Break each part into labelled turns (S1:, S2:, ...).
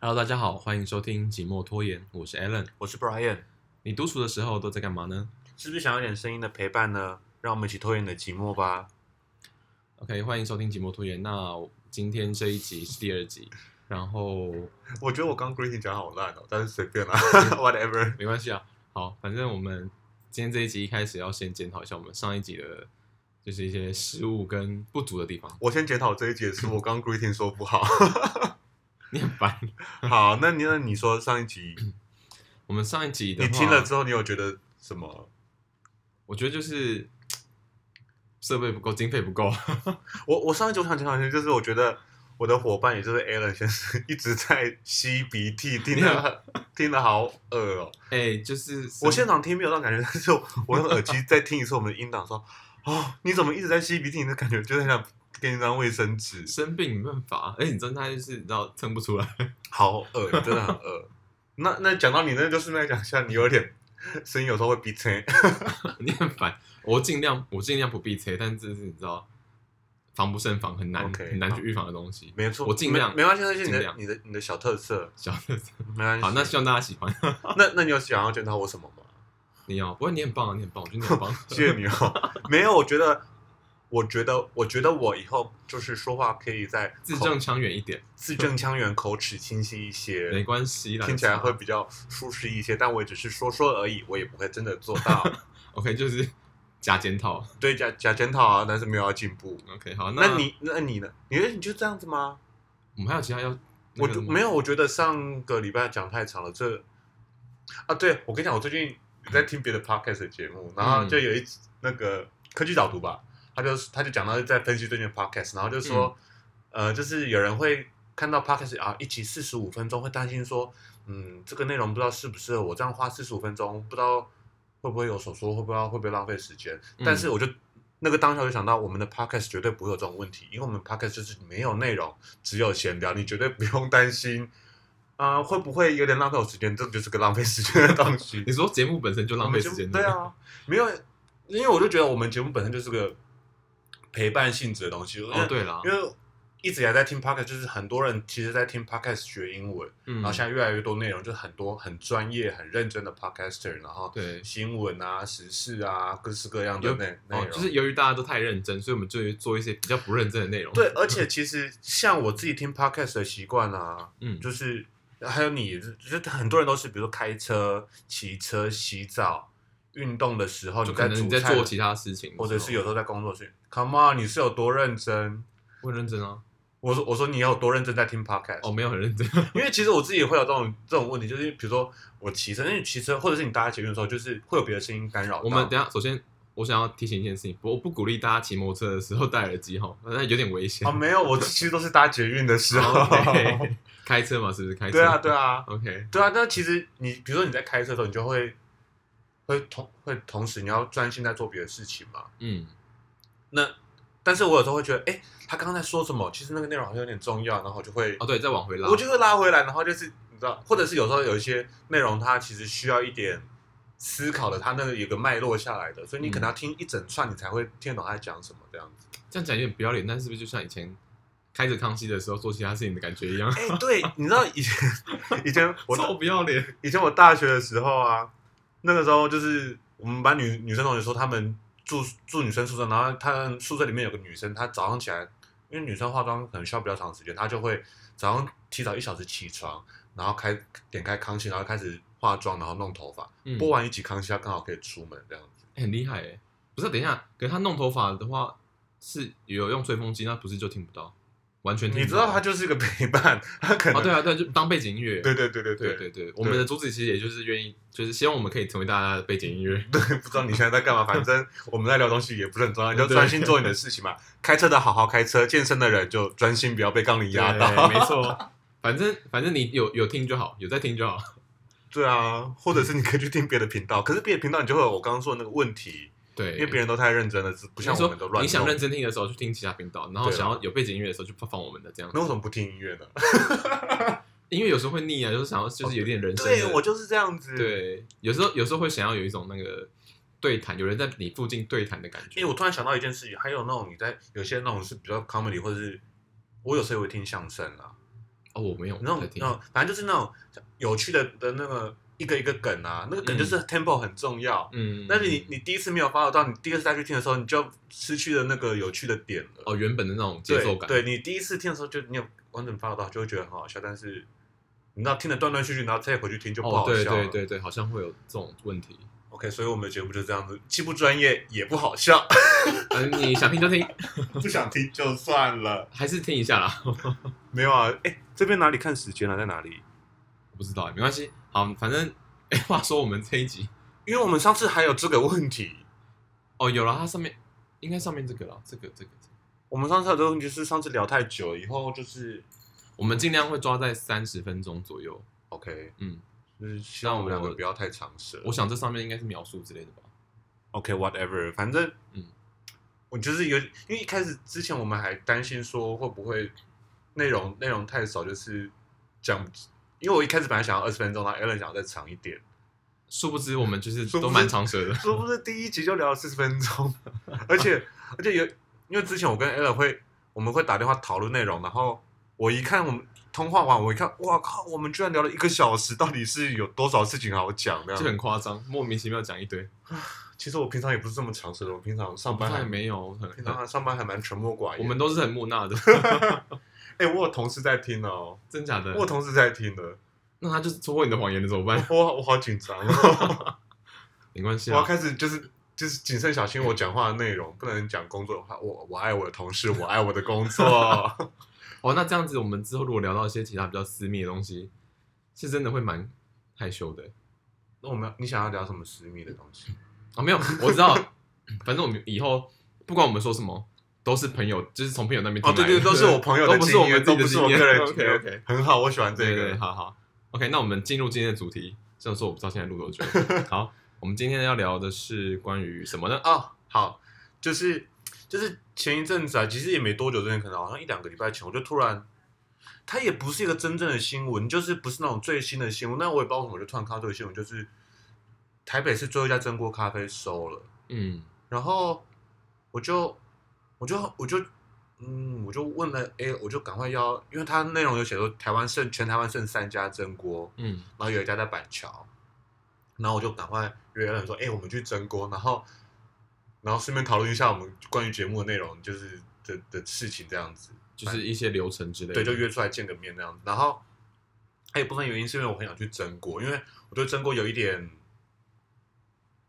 S1: Hello，大家好，欢迎收听《寂寞拖延》，我是 Alan。
S2: 我是 Brian，
S1: 你独处的时候都在干嘛呢
S2: 是不是想要一点声音的陪伴呢？让我们一起拖延你的寂寞吧。
S1: ？OK，欢迎收听《寂寞拖延》。那今天这一集是第二集，然后
S2: 我觉得我刚 greeting 讲好烂哦，但是随便 啦，whatever。
S1: 没关系啊，好，反正我们今天这一集一开始要先检讨一下我们上一集的，就是一些失误跟不足的地方。
S2: 我先检讨这一节是我刚 greeting 说不好。
S1: 你很烦。
S2: 好，那你那你说上一 集
S1: 我们上一集的
S2: 你
S1: 话，
S2: 听了之后，你有觉得什么？
S1: 我觉得就是设备不够，经费不够。
S2: 我我上一集我想检讨一下，就是我觉得我的伙伴，也就是 Alan 先生， 一直在吸鼻涕，听得听得好恶哦。
S1: 哎、就是
S2: 我现场听没有那种感觉，但是我用耳机再听一次我们的音档，说哦，你怎么一直在吸鼻涕？你的感觉就是很想给你一张卫生纸。
S1: 生病没办法，哎而且你真的他就是你知道撑不出来。
S2: 好饿，真的很饿。那那讲到你那，就顺便讲一下，你有点声音有时候会逼真。
S1: 你很烦。我尽量我尽量不避车，但这是你知道，防不胜防，很难
S2: OK，
S1: 很难去预防的东西。
S2: 没错，
S1: 我尽量
S2: 没没关系，那是你
S1: 尽
S2: 的
S1: 量
S2: 你的你的小特色，
S1: 小特色，
S2: 没关系。
S1: 好，那希望大家喜欢。
S2: 那那你有想要检讨我什么吗？
S1: 你哦，不过你很棒啊，你很棒，我觉得你很棒。
S2: 谢谢你哦。没有，我觉得，我觉得，我觉得我以后就是说话可以在
S1: 字
S2: 口
S1: 正腔圆一点，
S2: 字正腔圆，口齿清晰一些。
S1: 没关系啦。
S2: 听起来会
S1: 至
S2: 比较舒适一些，但我也只是说说而已，我也不会真的做到。
S1: 少 OK，就是假检讨。
S2: 对，假假检讨啊，但是没有要进步。
S1: OK，好，
S2: 那你那你呢？你觉得你就这样子吗？
S1: 我们还有其他要？
S2: 我
S1: 就
S2: 就没有，我觉得上个礼拜讲太长了，这啊，对我跟你讲，我最近在听别的 podcast 的节目，然后就有一、那个科技导读吧，他就他就讲到在分析最近的 podcast，然后就说，呃，就是有人会看到 podcast 啊，一集四十五分钟，会担心说，嗯，这个内容不知道适不适合我，这样花四十五分钟，不知道会不会有所说，会不会会不会浪费时间？
S1: 嗯
S2: 但是我就那个当下我就想到，我们的 podcast 绝对不会有这种问题，因为我们 podcast 就是没有内容，只有闲聊，你绝对不用担心，啊、会不会有点浪费我时间？这就是个浪费时间的东西
S1: 你。说节目本身 就浪费时
S2: 我
S1: 间，
S2: 们节目对，啊，没有，因为我就觉得我们节目本身就是个陪伴性质的东西。
S1: 哦对啦
S2: 因，为一直以来在听 podcast，就是很多人其实在听 podcast 学英文，
S1: 嗯
S2: 然后现在越来越多内容，就很多很专业、很认真的 podcaster，然后
S1: 对
S2: 新闻啊、时事啊，各式各样的
S1: 有
S2: 内内
S1: 哦
S2: 容。，
S1: 就是由于大家都太认真，所以我们就做一些比较不认真的内容。
S2: 对，而且其实像我自己听 podcast 的习惯啊，
S1: 嗯，
S2: 就是还有你，就是很多人都是，比如说开车、骑车、洗澡、运动的时候，
S1: 就
S2: 你
S1: 可
S2: 在
S1: 能
S2: 煮
S1: 你在
S2: 菜
S1: 做
S2: 的
S1: 其他事情的时哦候，
S2: 或者是有时候在工作去。Come on，你是有多认真？
S1: 不认真啊？
S2: 我说我说你有多认真在听 podcast？
S1: 哦，没有很认真。
S2: 因为其实我自己也会有这种这种问题，就是比如说我骑车，因为骑车或者是你搭捷运的时候，就是会有别的声音干扰到。
S1: 我们等一下，首先我想要提醒一件事情，我不鼓励大家骑摩托车的时候戴耳机哈，那有点危险。
S2: 啊、没有，我其实都是搭捷运的时候。
S1: 哦 OK，开 车嘛，是不是开车？
S2: 对啊，对。啊，
S1: OK，
S2: 对啊。那其实你比如说你在开车的时候，你就会会同会同时你要专心在做别的事情嘛。
S1: 嗯，
S2: 那但是我有时候会觉得，哎，他刚刚在说什么？其实那个内容好像有点重要，然后我就会
S1: 哦对，再往回拉
S2: 我。就会拉回来，然后就是你知道，或者是有时候有一些内容，它其实需要一点思考的，它那个有个脉络下来的，所以你可
S1: 嗯
S2: 能要听一整串，你才会听得懂他在讲什么这样 子。
S1: 这样讲有点不要脸，但是不是就像以前开着康熙的时候做其他事情的感觉一样？
S2: 哎、对，你知道以前以前 我
S1: 超不要 脸。
S2: 以前我大学的时候啊，那个时候就是我们班女女生同学说她们住住女生宿舍，然后她们宿舍里面有个女生，她早上起来，因为女生化妆可能需要比较长时间，她就会早上提早一小时起床，然后开点开康熙，然后开始化妆，然后弄头发，
S1: 嗯，
S2: 播完一集康熙，她刚好可以出门这样子。
S1: 哎很厉害哎。不是，等一下，可是他弄头发的话是有用吹风机，那不是就听不到，完全听不到。
S2: 你知道她就是一个陪伴，她可能、
S1: 哦，对啊，对啊，就当背景音乐。
S2: 对对对对
S1: 对对对，我们的主旨其实也就是愿意，就是希望我们可以成为大家的背景音乐。
S2: 不知道你现在在干嘛，反正我们在聊东西也不是很重要，你就
S1: 对
S2: 专心做你的事情嘛。开车的好好开车，健身的人就专心，不要被杠铃压
S1: 对
S2: 到。
S1: 没错。反正反正你有有听就好，有在听就好。
S2: 对啊，或者是你可以去听别的频道，可是别的频道你就会有我刚刚说的那个问题，
S1: 对，
S2: 因为别人都太认真了，不像我们都
S1: 你说
S2: 乱
S1: 你想认
S2: 弄。
S1: 真听的时候去听其他频道，然后
S2: 对啊
S1: 想要有背景音乐的时候就放我们的这样。
S2: 那为什么不听音乐呢？
S1: 音乐有时候会腻啊，就是想要就是有点人生的。
S2: 哦对我就是这样子。，
S1: 对有时候有时候会想要有一种那个对谈，有人在你附近对谈的感觉。
S2: 因为我突然想到一件事情，还有那种你在有些那种是比较 comedy 或者是我有时候也会听相声啊，
S1: 哦，我没有
S2: 那种
S1: 在
S2: 那
S1: 听，
S2: 种，反正就是那种有趣的的那个一个一个梗啊，那个梗就是 tempo 很重要。
S1: 嗯，
S2: 但是你你第一次没有 follow 到，你第二次再去听的时候，你就失去了那个有趣的点了。
S1: 哦原本的那种节奏感，
S2: 对，对你第一次听的时候就你有完整 follow 到，就会觉得很好笑。但是你知道听的断断续续，然后再回去听就不
S1: 哦
S2: 好笑
S1: 对
S2: 了。
S1: 对对对，好像会有这种问题。
S2: OK，所以我们的节目就这样子，既不专业也不好笑，
S1: 嗯，你想听就听，
S2: 不想听就算了。
S1: 还是听一下啦。
S2: 没有啊，哎，这边哪里看时间啊了、在哪里？
S1: 我不知道，没关系。好，反正哎、话说我们这一集
S2: 因为我们上次还有这个问题，
S1: 哦，有了，它上面应该上面这个了，这个这个这个，
S2: 我们上次有这个问题是上次聊太久，以后就是
S1: 我们尽量会抓在三十分钟左右。
S2: OK，
S1: 嗯，
S2: 就是希望我们
S1: 那我
S2: 两个不要太长舌。
S1: 我想这上面应该是描述之类的吧。
S2: OK，whatever，、反正
S1: 嗯，
S2: 我就是有，因为一开始之前我们还担心说会不会内容内容太少，就是讲，因为我一开始本来想要二十分钟，然后 Alan 想要再长一 点，
S1: 殊不知我们就是
S2: 殊不知
S1: 都蛮长舌的。
S2: 是不是第一集就聊了四十分钟？而且而且有，因为之前我跟 Alan 会我们会打电话讨论内容，然后我一看我们通话完，我一看，哇靠，我们居然聊了一个小时，到底是有多少事情好讲 的
S1: 就？很夸张，莫名其妙讲一堆。
S2: 其实我平常也不是这么长舌的，我平常上班
S1: 我
S2: 还
S1: 也没有很很，
S2: 平常上班还蛮沉默寡言。
S1: 我们都是很木 讷的，
S2: 哎、我有同事在听哦，
S1: 真假的
S2: 我？有同事在听的，
S1: 那他就是戳破你的谎言了，怎么办？
S2: 我我好紧张哦，
S1: 没关系
S2: 我要
S1: 啊，
S2: 开始 就是就是谨慎小心我讲话的内容，不能讲工作的话。我我爱我的同事，我爱我的工作。
S1: 哦，那这样子，我们之后如果聊到一些其他比较私密的东西，是真的会蛮害羞的。
S2: 那我们要你想要聊什么私密的东西？
S1: 啊，没有，我知 道，反正我们以后不管我们说什么，都是朋友，就是从朋友那边
S2: 哦，
S1: 听
S2: 对
S1: 来的
S2: 对，都是我朋友
S1: 都
S2: 的
S1: 不是
S2: 经
S1: 我
S2: 验，
S1: 们
S2: 都
S1: 自己
S2: 不
S1: 的经
S2: 是我
S1: 验。
S2: 个人经
S1: OK
S2: 验。
S1: OK，
S2: 很好，我喜欢这
S1: 对
S2: 个。
S1: 对对，好好。OK，那我们进入今天的主题。这样说我不知道现在录多 久。好，我们今天要聊的是关于什么呢？
S2: 哦，好，就是就是前一阵子啊，其实也没多久之前，可能好像一两个礼拜前，我就突然，它也不是一个真正的新闻，就是不是那种最新的新闻。那我也不知道为什么，我就突然看到这个新闻，就是台北市最后一家蒸锅咖啡收了，
S1: 嗯，
S2: 然后我就我就我就嗯，我就问了，哎，我就赶快要，因为它内容有写说台湾剩全台湾剩三家蒸锅，
S1: 嗯，
S2: 然后有一家在板桥，然后我就赶快约了说，哎、我们去蒸锅，然后然后顺便讨论一下我们关于节目的内容，就是的的事情这样子，
S1: 就是一些流程之类的。
S2: 对，就约出来见个面这样子。然后还有一部分原因是因为我很想去蒸锅，因为我对蒸锅有一点，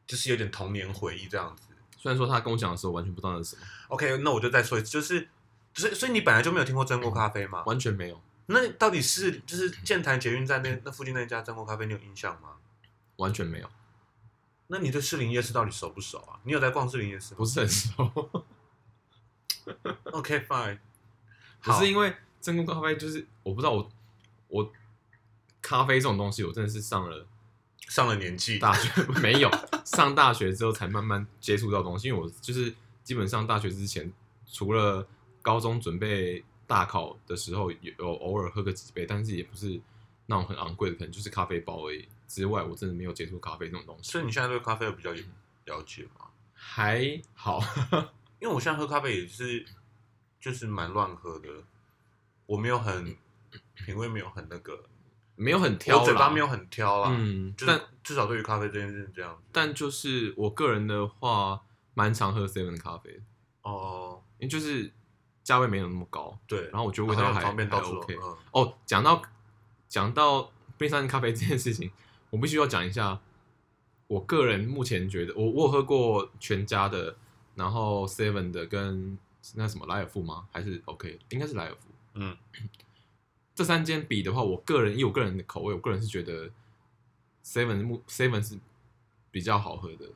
S2: 就是有点童年回忆这样子。
S1: 虽然说他跟我讲的时候完全不知道那是什么，
S2: OK，那我就再说一次，就是。所以，所以你本来就没有听过蒸锅咖啡吗？
S1: 完全没有，
S2: 那到底是就是建潭捷运站那那附近那家蒸锅咖啡，你有印象吗？
S1: 完全没有，
S2: 那你对士林夜市到底熟不熟啊？你有在逛士林夜市吗？
S1: 不是很熟。
S2: OK fine，
S1: 不
S2: 好
S1: 是因为真空咖啡，就是我不知道我我咖啡这种东西，我真的是上了
S2: 上了年纪，
S1: 大学 没有上大学之后才慢慢接触到东西，因为我就是基本上大学之前，除了高中准备大考的时候有有偶尔喝个几杯，但是也不是那种很昂贵的，可能就是咖啡包而已。之外，我真的没有接触咖啡这种东西，
S2: 所以你现在对咖啡有比较了解吗？
S1: 还好。
S2: 因为我现在喝咖啡也是，就是蛮乱喝的，我没有很品味，没有很那个，
S1: 没有很挑啦，
S2: 我嘴巴没有很挑啦，
S1: 嗯，
S2: 就是
S1: 但
S2: 至少对于咖啡这件事是这样子。
S1: 但就是我个人的话，蛮常喝 seven 的咖啡，
S2: 哦，
S1: 因为就是价位没有那么高，
S2: 对，
S1: 然后我觉得味
S2: 好
S1: 道
S2: 像很
S1: 还
S2: 方便到
S1: 还
S2: 处
S1: OK。
S2: 嗯，
S1: 哦，讲到讲到冰山咖啡这件事情，我必须要讲一下，我个人目前觉得，我我有喝过全家的，然后 seven 的跟那什么莱尔富吗？还是 OK，应该是莱尔富。
S2: 嗯，
S1: 这三间比的话，我个人以我个人的口味，我个人是觉得 seven 目 seven 是比较好喝的。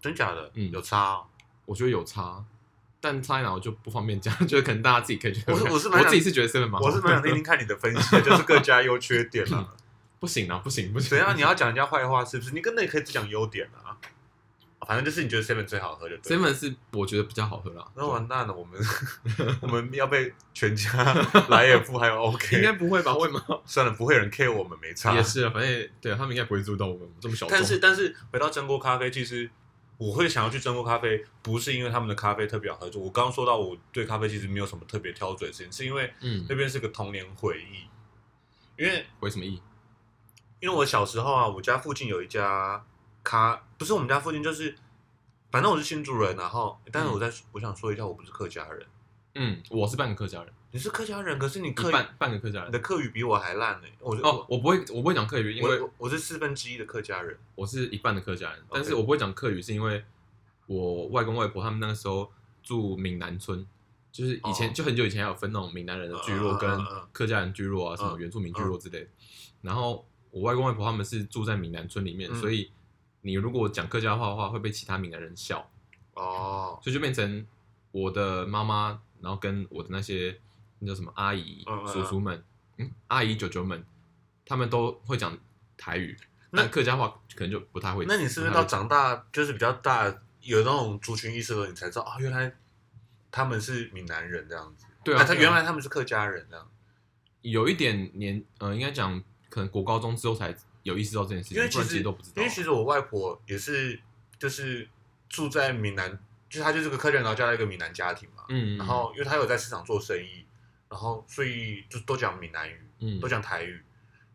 S2: 真假的，
S1: 嗯
S2: 有差哦。
S1: 我觉得有差，但差在哪我就不方便讲， 就是可能大家自己可以去喝
S2: 我是
S1: 看。
S2: 我是蛮想
S1: 自己是觉得 seven 蛮好
S2: 我是蛮想听听看你的分析的，就是各家优缺点啦。
S1: 不行啊，不行不行。
S2: 怎样？你要讲人家坏话是不是？你跟那也可以只讲优点啊。反正就是你觉得 Seven 最好喝就对了。
S1: seven 是我觉得比较好喝啦。
S2: 那完蛋了，我们我们要被全家、来也富还有
S1: 应该
S2: OK，
S1: 不会吧？会吗？
S2: 算了，不会有人 care 我们没差
S1: 也。是啊，反正也对他们应该不会注意到我们这么小众。
S2: 但是但是回到蒸锅咖啡，其实我会想要去蒸锅咖啡，不是因为他们的咖啡特别好喝。就我刚刚说到我对咖啡其实没有什么特别挑嘴的事情，是因为
S1: 嗯
S2: 那边是个童年回忆。因为
S1: 回什么意？
S2: 因为我小时候啊，我家附近有一家咖，不是我们家附近，就是反正我是新竹人，啊然后但是我在、我想说一下，我不是客家人，
S1: 嗯，我是半个客家人，
S2: 你是客家人，可是你客
S1: 一
S2: 语
S1: 半半个客家
S2: 你的
S1: 人。
S2: 客语比我还烂呢、欸我是
S1: 哦，我不会，我不会讲客语，因为
S2: 我我我是四分之一的客 家人，
S1: 我是一半的客家人，但是
S2: OK
S1: 我不会讲客语，是因为我外公外婆他们那个时候住闽南村，就是以前、
S2: 哦
S1: 就很久以前还有分那种闽南人的聚落
S2: 嗯嗯
S1: 跟
S2: 嗯嗯
S1: 客家人聚落啊，什么
S2: 嗯
S1: 原住民聚落之类的。然后我外公外婆他们是住在闽南村里面，
S2: 嗯
S1: 所以你如果讲客家话的话，会被其他闽南人笑。
S2: 哦，
S1: 所以就变成我的妈妈，然后跟我的那些那叫什么阿姨、
S2: 嗯嗯嗯
S1: 叔叔们、嗯，阿姨、舅舅们，他们都会讲台语，
S2: 那
S1: 那客家话可能就不太会。
S2: 那你是不是
S1: 太
S2: 到
S1: 会
S2: 长大就是比较大有那种族群意识了，你才知道啊、原来他们是闽南人这样子，
S1: 对啊？
S2: 他
S1: 对啊
S2: 原来他们是客家人这样，
S1: 有一点年，呃，应该讲可能国高中之后才有意识到这件事情，
S2: 因为
S1: 不
S2: 其
S1: 然
S2: 实
S1: 都不知道啊
S2: 因为。其实我外婆也是就是住在闽南，就是她就是个客家人，然后嫁到一个闽南家庭嘛，
S1: 嗯，
S2: 然后因为她有在市场做生意，然后所以就都讲闽南语，
S1: 嗯，
S2: 都讲台语，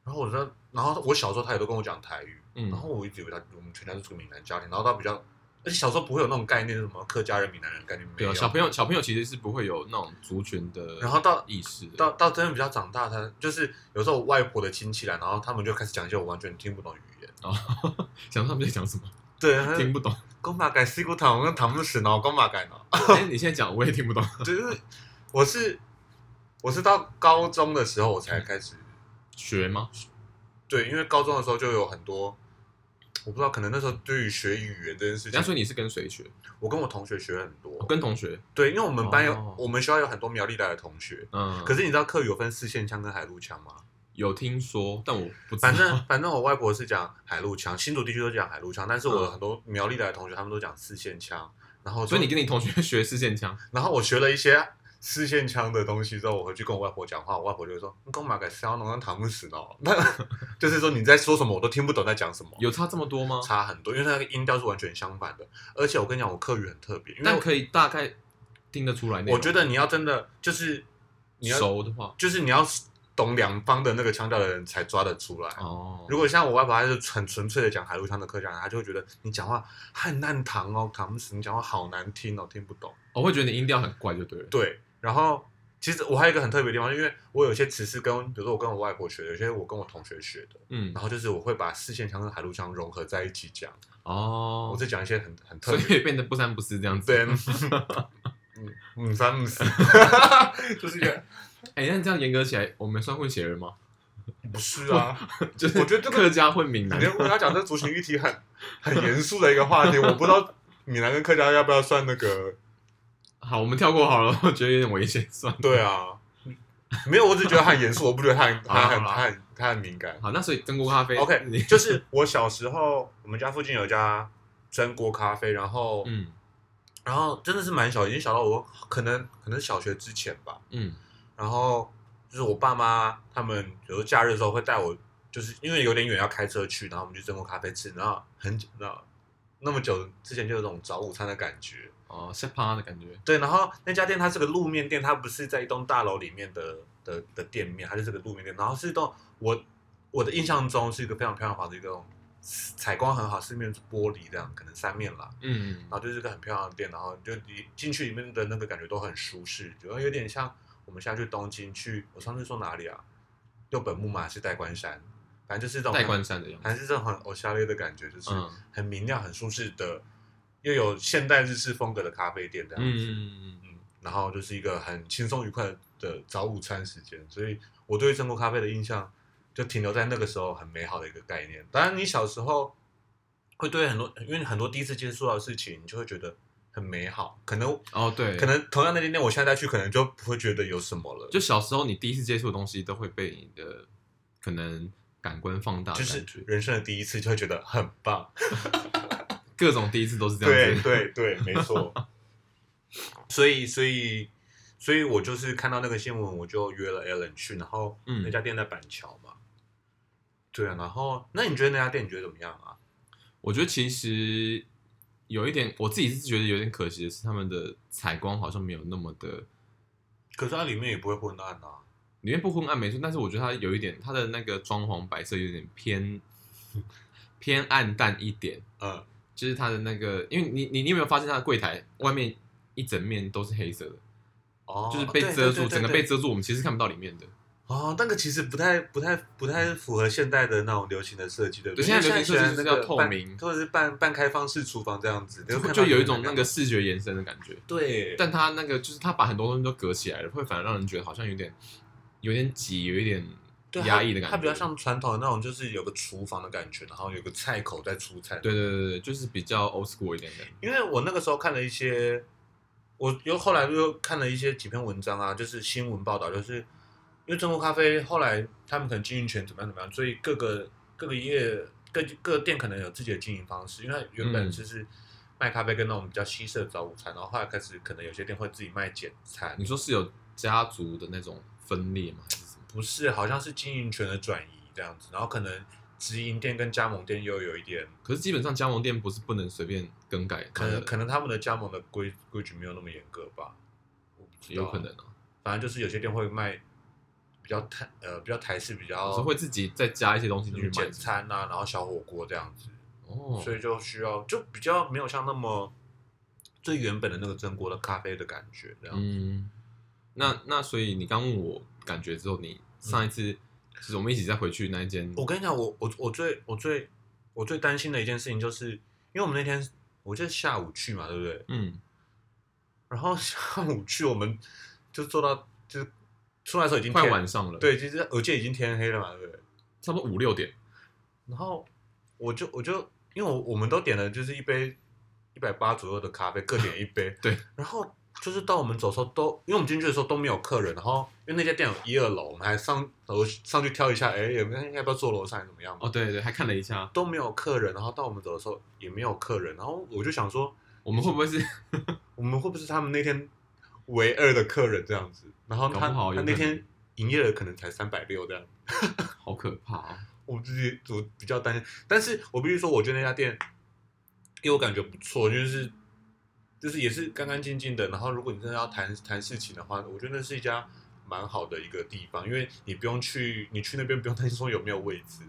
S2: 然后我说，然后我小时候她也都跟我讲台语。
S1: 嗯，
S2: 然后我一直以为他我们全家是住闽南家庭，然后他比较，而且小时候不会有那种概念，什么客家人、闽南人概念没
S1: 对
S2: 有。
S1: 啊，小朋友小朋友其实是不会有那种族群的，
S2: 然后到
S1: 意识的
S2: 到到真的比较长大，他就是有时候我外婆的亲戚来，然后他们就开始讲一些我完全听不懂的语言。
S1: 哦，想说他们在讲什么，
S2: 对，他
S1: 听不 懂。
S2: 公马改西古糖，我跟糖不死呢，公马改呢，
S1: 哎，你现在讲我也听不懂。
S2: 就是我是我是到高中的时候我才开始，
S1: 学吗？
S2: 对，因为高中的时候就有很多。我不知道，可能那时候对于学语言这件事
S1: 人家说
S2: 情，
S1: 你是跟谁学？
S2: 我跟我同学学很多。
S1: 跟同学，
S2: 对，因为我们班有、
S1: 哦
S2: 我们学校有很多苗栗来的同学，
S1: 嗯，
S2: 可
S1: 是
S2: 是你知道客语有分四线腔跟海陆腔
S1: 嗯
S2: 吗？
S1: 有听说，但我不知道。
S2: 反正反正我外婆是讲海陆腔，新竹地区都讲海陆腔，但是我
S1: 嗯
S2: 很多苗栗来的同学他们都讲四线腔，然后
S1: 所以你
S2: 就
S1: 跟你同学学四线腔，
S2: 然后我学了一些四线腔的东西之后，我回去跟我外婆讲话，我外婆就会说：“你干嘛给烧农让唐木死哦？” 那就是说你在说什么我都听不懂在讲什么，
S1: 有差这么多吗？
S2: 差很多，因为它那个音调是完全相反的。而且我跟你讲，我客语很特别，因
S1: 但
S2: 为
S1: 可以大概听得出来内容。
S2: 我我觉得你要真的就是你要
S1: 熟的话，
S2: 就是你要懂两方的那个腔调的人才抓得出来。
S1: 哦，
S2: 如果像我外婆，她是很纯粹的讲海陆腔的客家人，她就会觉得你讲话很难唐哦，唐死，你讲话好难听哦，听不懂。
S1: 我会觉得你音调很怪就对了。
S2: 对，然后其实我还有一个很特别的地方，因为我有些词是跟，比如说我跟我外婆学的，有些我跟我同学学的，
S1: 嗯
S2: 然，后就是我会把四线腔跟海陆腔融合在一起讲，我
S1: 哦，
S2: 在讲一些很很特
S1: 所
S2: 别的。
S1: 以变得不三不四这样子。
S2: 对，嗯嗯，三嗯四， 就是一个
S1: 哎，那这样严格起来，我们算混血儿吗？
S2: 不是啊，
S1: 就是
S2: 我觉得这个
S1: 客家混闽南
S2: 你，要跟他讲这族群议题很很严肃的一个话题，我不知道闽南跟客家要不要算那个？
S1: 好，我们跳过好了，我觉得有点危险，算了。
S2: 对 啊，没有，我只觉得他很严肃，我不觉得他很他很
S1: 好啦
S2: 他很他很敏感。
S1: 好，那所以蒸锅咖啡
S2: OK，
S1: 你
S2: 就是我小时候，我们家附近有一家蒸锅咖啡，然后、
S1: 嗯
S2: 然后真的是蛮小，已经小到我可能可能小学之前吧。
S1: 嗯
S2: 然后就是我爸妈他们有时候假日的时候会带我，就是因为有点远要开车去，然后我们去蒸锅咖啡吃，然后很久，然后那么久之前就有种早午餐的感觉。
S1: 哦，下趴的感觉，
S2: 对，然后那家店它是个路面店，它不是在一栋大楼里面的的的店面，它就是个路面店。然后是一栋我我的印象中是一个非常漂亮的房子，一栋采光很好，四面是玻璃这样，可能三面啦。
S1: 嗯
S2: 然，后就是一个很漂亮的店，然后就你进去里面的那个感觉都很舒适，然后有点像我们现在去东京去，我上次说哪里啊？六本木嘛，是代官山，反正就是这种
S1: 带关山的样子，
S2: 还是这种很偶像类的感觉，就是
S1: 嗯
S2: 很明亮、很舒适的，又有现代日式风格的咖啡店这
S1: 嗯
S2: 样子。
S1: 嗯嗯
S2: 嗯，然后就是一个很轻松愉快的早午餐时间，所以我对中国咖啡的印象就停留在那个时候很美好的一个概念。当然，你小时候会对很多，因为很多第一次接触到的事情，你就会觉得很美好。可能
S1: 哦对，
S2: 可能同样的今天我现在再去，可能就不会觉得有什么了。
S1: 就小时候你第一次接触的东西，都会被你的可能感官放大的
S2: 就
S1: 感觉，
S2: 是人生的第一次，就会觉得很棒。
S1: 各种第一次都是这样
S2: 对
S1: 子。
S2: 对对，没错。 所以所以所以我就是看到那个新闻，我就约了 Alan 去，然后
S1: 嗯
S2: 那家店在板桥嘛。对啊，然后那你觉得那家店你觉得怎么样啊？
S1: 我觉得其实有一点，我自己是觉得有点可惜的是，他们的采光好像没有那么的，
S2: 可是它里面也不会昏暗啊。
S1: 里面不昏暗没错，但是我觉得它有一点，它的那个装潢白色有点偏 偏暗淡一点，
S2: 嗯，
S1: 就是它的那个，因为你你你有没有发现它的柜台外面一整面都是黑色的，
S2: 哦，
S1: 就是被
S2: 对
S1: 遮住，整个被。
S2: 对对对对
S1: 遮住，我们其实看不到里面的。
S2: 哦，那个其实不太、不太、不太符合现代的那种流行的设计，对不
S1: 对
S2: 对？
S1: 现在
S2: 因为
S1: 流行设计
S2: 喜欢
S1: 是
S2: 那
S1: 叫
S2: 个
S1: 透
S2: 半
S1: 明
S2: 或者是半半开放式厨房这样子，你看
S1: 就
S2: 到
S1: 有一
S2: 里面
S1: 种那个视觉延伸的感觉，
S2: 对，
S1: 但它那个就是它把很多东西都隔起来了，会反而让人觉得好像有点有点挤，有一点
S2: 对
S1: 压
S2: 它
S1: 抑的感觉。
S2: 它比较像传统的那种，就是有个厨房的感觉，然后有个菜口在出菜。
S1: 对，对对对，就是比较 old school 一点的。
S2: 因为我那个时候看了一些，我又后来又看了一些几篇文章啊，就是新闻报道，就是因为中国咖啡后来他们可能经营权怎么样怎么样，所以各个各个业各各店可能有自己的经营方式，因为它原本
S1: 嗯
S2: 就是卖咖啡跟那种比较西式的早午餐，然后后来开始可能有些店会自己卖简餐
S1: 你，说是有家族的那种分裂吗？还是什么？
S2: 不是好像是经营权的转移这样子，然后可能直营店跟加盟店又有一点。
S1: 可是基本上加盟店不是不能随便更改它的，
S2: 可能可能他们的加盟的规规矩没有那么严格吧，我不知道
S1: 有可能啊，
S2: 反正就是有些店会卖比较台呃比较台式比较
S1: 只是会自己再加一些东西进去
S2: 嗯
S1: 卖
S2: 简。餐啊，然后小火锅这样子，
S1: 哦，
S2: 所以就需要就比较没有像那么最原本的那个中国的咖啡的感觉这样。
S1: 嗯，那那所以你刚问我感觉之后，你
S2: 嗯
S1: 上一次、就是我们一起再回去那一间，
S2: 我跟你讲，我我我最我最我最担心的一件事情就是，因为我们那天我记得下午去嘛，对不对？
S1: 嗯，
S2: 然后 下午去我们就做到就是出来的时候已经
S1: 快
S2: 天
S1: 晚上了，，
S2: 对，其实我记得已经天黑了嘛，对不对？
S1: 差不多五六点，。
S2: 然后我就我就因为我我们都点了就是一杯一百八左右的咖啡，各点一杯
S1: 对。
S2: 然后就是到我们走的时候都，因为我们进去的时候都没有客人，然后因为那家店有一二楼，我们还上楼上去挑一下，哎，有没有要不要坐楼上还是怎么样嘛？
S1: 哦，对对，还看了一下，
S2: 都没有客人，然后到我们走的时候也没有客人，然后我就想说，
S1: 我们会不会是
S2: 我们会不会是他们那天唯二的客人这样子？然后
S1: 搞
S2: 他
S1: 不好有
S2: 他那
S1: 可能
S2: 天营业额可能才三百六这样。
S1: 好可怕啊？
S2: 我自己我比较担心，但是我必须说，我觉得那家店给我感觉不错，就是就是也是干干净净的。然后，如果你真的要谈谈事情的话，我觉得那是一家蛮好的一个地方，因为你不用去，你去那边不用担心说有没有位置。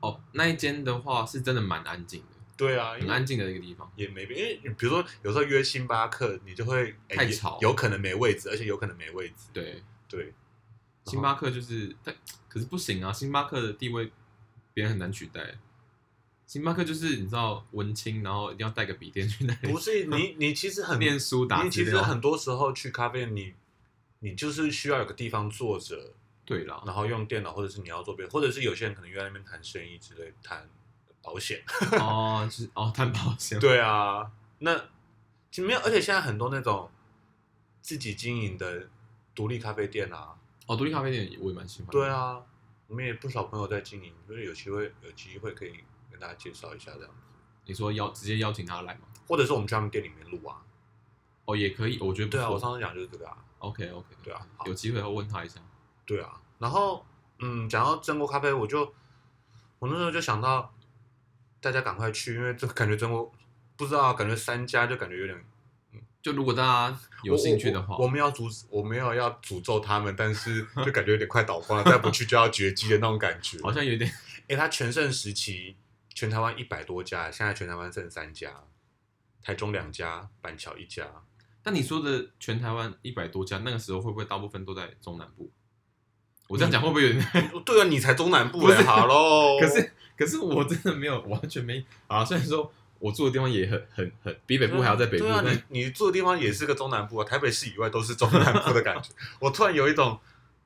S1: 哦，那一间的话是真的蛮安静的，
S2: 对啊，因
S1: 很
S2: 为
S1: 安静的一个地方。
S2: 也没，因为你比如说有时候约星巴克，你就会、哎
S1: 太
S2: 也
S1: 吵
S2: 有可能没位置，而且有可能没位置。
S1: 对，
S2: 对，
S1: 星巴克就是，但可是不行啊，星巴克的地位别人很难取代。星巴克就是你知道文青，然后一定要带个笔电去那里
S2: 不是你你其实很
S1: 念书打
S2: 你
S1: 资
S2: 其实
S1: 料。
S2: 很多时候去咖啡店，你你就是需要有个地方坐着。
S1: 对啦，
S2: 然后用电脑，或者是你要做别的，或者是有些人可能约在那边谈生意之类，谈保险。
S1: 哦，就是哦，谈保险。
S2: 对啊，那其实没有，而且现在很多那种自己经营的独立咖啡店啊，
S1: 哦，独立咖啡店我也蛮喜欢。
S2: 对，啊，我们也不少朋友在经营，就是有机会有机会可以跟大家介绍一下这样子，
S1: 你说邀直接邀请他来嘛？
S2: 或者是我们去他们店里面录啊。
S1: 哦，也可以，我觉得不
S2: 对啊，我
S1: 错。
S2: 上次讲就是这个啊，
S1: OK OK，
S2: 对啊，好
S1: 有机会我问他一下。
S2: 对啊，然后嗯，讲到真锅咖啡，我就我那时候就想到，大家赶快去，因为这感觉真锅不知道，感觉三家就感觉有点
S1: 就如果大家有
S2: 我
S1: 兴趣的话
S2: 我我，我没有诅我没有要诅咒他们，但是就感觉有点快倒光了，再不去就要绝迹的那种感觉。
S1: 好像有点
S2: 哎，他全盛时期全台湾一百多家，现在全台湾剩三家，台中两家，板桥一家。
S1: 那你说的全台湾一百多家，那个时候会不会大部分都在中南部？我这样讲会不会有点？
S2: 对啊，你才中南部
S1: 不是
S2: 嘞，好 喽。
S1: 可是可是我真的没有完全没啊。虽然说我住的地方也很很很比北部还要在北部，
S2: 对啊，
S1: 但
S2: 你你住的地方也是个中南部啊，台北市以外都是中南部的感觉。 我突然有一种，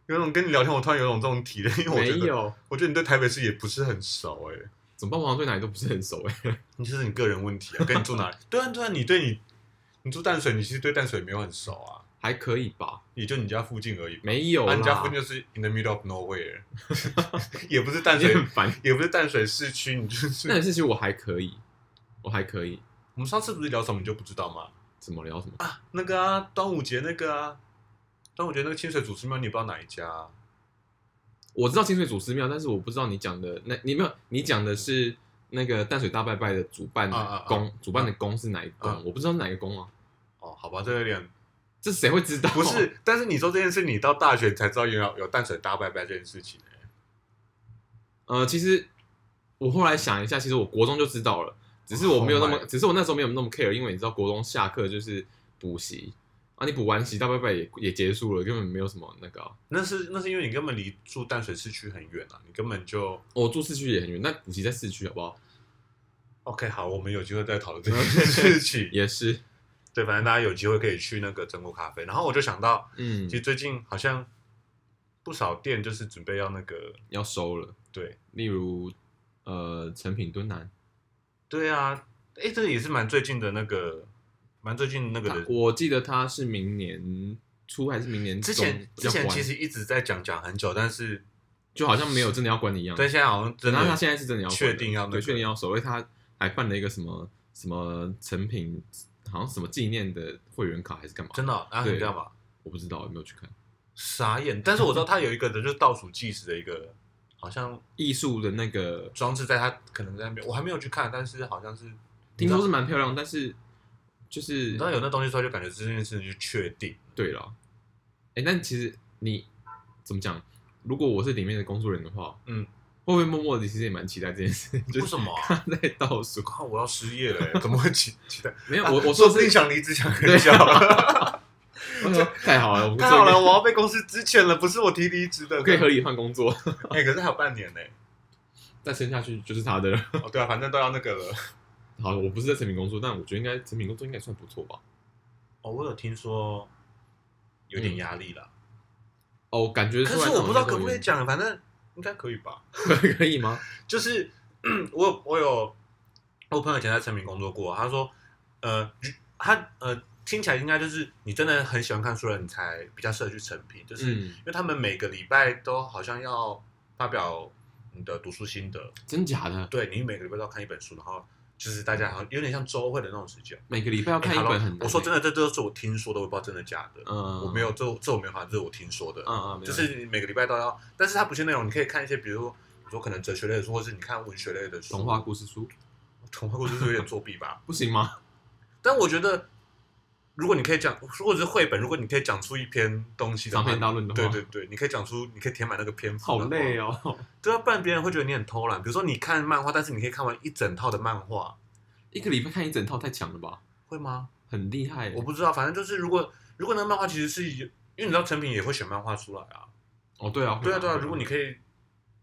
S2: 有一种跟你聊天，我突然有一种这种体验，因为我
S1: 没
S2: 觉得，
S1: 有。
S2: 我觉得你对台北市也不是很熟哎、
S1: 怎么办？我好像对哪里都不是很熟哎、
S2: 你这是你个人问题啊，跟你住哪里？ 对啊，对啊，你对你，你住淡水，你其实对淡水没有很熟啊，
S1: 还可以吧？
S2: 也就你家附近而已。
S1: 没有
S2: 啊，
S1: 啦，
S2: 你家附近就是 in the middle of nowhere，也不是淡
S1: 你
S2: 水，
S1: 很烦。
S2: 也不是淡水市区，你就是
S1: 那件事情我还可以，我还可以。
S2: 我们上次不是聊什么你就不知道吗？
S1: 怎么聊什么？
S2: 啊，那个啊，端午节那个啊，端午节那个清水祖师庙，你也不知道哪一家、啊。
S1: 我知道清水祖师庙，但是我不知道你讲的那，你没有，你讲的是那个淡水大拜拜的主办
S2: 啊啊啊
S1: 宫，主办的宫是哪一宫
S2: 啊？
S1: 我不知道是哪一个宫啊。
S2: 哦，好吧，这有点
S1: 这谁会知道？
S2: 不是，但是你说这件事，你到大学才知道原来有淡水大拜拜这件事情、欸。
S1: 呃，其实我后来想一下，其实我国中就知道了，只是我没有那么
S2: Oh my
S1: 只是我那时候没有那么 care，因为你知道国中下课就是补习啊，你补完习大拜拜也也结束了，根本没有什么那个啊、
S2: 那是那是因为你根本离住淡水市区很远啊，你根本就
S1: 我住市区也很远，那补习在市区好不好？
S2: OK 好，我们有机会再讨论这件事 情。
S1: 也是，
S2: 对，反正大家有机会可以去那个整骨咖啡。然后我就想到，
S1: 嗯
S2: 其，实最近好像不少店就是准备要那个，
S1: 要收了。
S2: 对
S1: 例如呃，成品敦南，
S2: 对啊，哎，这也是蛮最近的那个，蛮最近那个
S1: 它
S2: 的。
S1: 我记得它是明年初还是明年
S2: 之
S1: 中
S2: 前之
S1: 要
S2: 前
S1: 关
S2: 其实一直在讲讲很久，但是
S1: 就好像没有真的要关你一样。
S2: 但现在好像真
S1: 然
S2: 的
S1: 后嗯他现在是真的要
S2: 确定要那
S1: 对
S2: 个
S1: 确定要收，因为他还办了一个什么什么成品，好像什么纪念的会员卡还是干嘛？
S2: 真的啊啊，
S1: 对
S2: 你知道吗？
S1: 我不知道有没有去看
S2: 傻眼！但是我知道它有一个的，就是倒数计时的一个，好像
S1: 艺术的那个，
S2: 装置在它可能在那边，我还没有去看，但是好像是
S1: 听说是
S2: 你
S1: 蛮漂亮，但是就是
S2: 知道有那东西之后，就感觉这件事情就确定。
S1: 对了，哎，但其实你怎么讲？如果我是里面的工作人员的话，
S2: 嗯，
S1: 会不会默默的其实也蛮期待这件事？就
S2: 为
S1: 是
S2: 什么啊、
S1: 他在倒数，
S2: 靠！我要失业了欸，怎么会期期 待？
S1: 没有我我
S2: 说
S1: 说
S2: 不
S1: 的
S2: 定
S1: 是
S2: 想离职啊想
S1: 对
S2: 很久，
S1: 我说太好了，我们
S2: 太好了，
S1: 做一
S2: 我要被公司支遣了，不是我提离职的。
S1: 个可以合理换工作，
S2: 哎、可是还有半年呢、
S1: 再撑下去就是他的了。
S2: 哦，对啊，反正都要那个了。
S1: 好，我不是在成品工作，但我觉得应该成品工作应该算不错吧。
S2: 哦，我有听说有点压力啦，
S1: 哦，我感觉出
S2: 嗯可
S1: 来
S2: 是我不知道可不可以
S1: 那
S2: 讲，反正应该可以吧。
S1: 种人员 可以 吗？
S2: 就是 我有我有我朋友以前在成品工作过，他说，呃，他呃听起来应该就是你真的很喜欢看书了，你才比较适合去成品，就是因
S1: 嗯，
S2: 为他们每个礼拜都好像要发表你的读书心得，
S1: 真假的，
S2: 对你每个礼拜都要看一本书，然后就是大家好像有点像周会的那种时间。
S1: 每个礼拜要看
S2: 哎
S1: 一
S2: ，hello，
S1: 本很难欸。
S2: 我说真的，这都是我听说的，我不知道真的假的。
S1: 嗯，
S2: 我没有，这这我没有法，这是我听说的。
S1: 嗯，嗯嗯，
S2: 就是你每个礼拜都要，但是它不限内容，你可以看一些，比如你说可能哲学类的书，或是你看文学类的书。
S1: 童话故事书
S2: 童话故事是有点作弊吧？
S1: 不行吗？
S2: 但我觉得，如果你可以讲，如果是绘本，如果你可以讲出一篇东西的
S1: 长
S2: 话
S1: 篇，大论的
S2: 对
S1: 话，
S2: 对对，你可以讲出，你可以填满那个篇幅。
S1: 好累
S2: 哦，
S1: 哦。
S2: 对啊，不然别人会觉得你很偷懒。比如说你看漫画，但是你可以看完一整套的漫画，
S1: 一个礼拜看一整套太强了吧？
S2: 会吗？
S1: 很厉害欸，
S2: 我不知道，反正就是如果如果那个漫画其实是有，因为你知道成品也会选漫画出来啊。
S1: 哦，对啊，
S2: 对啊
S1: 会
S2: 对啊，如果你可以。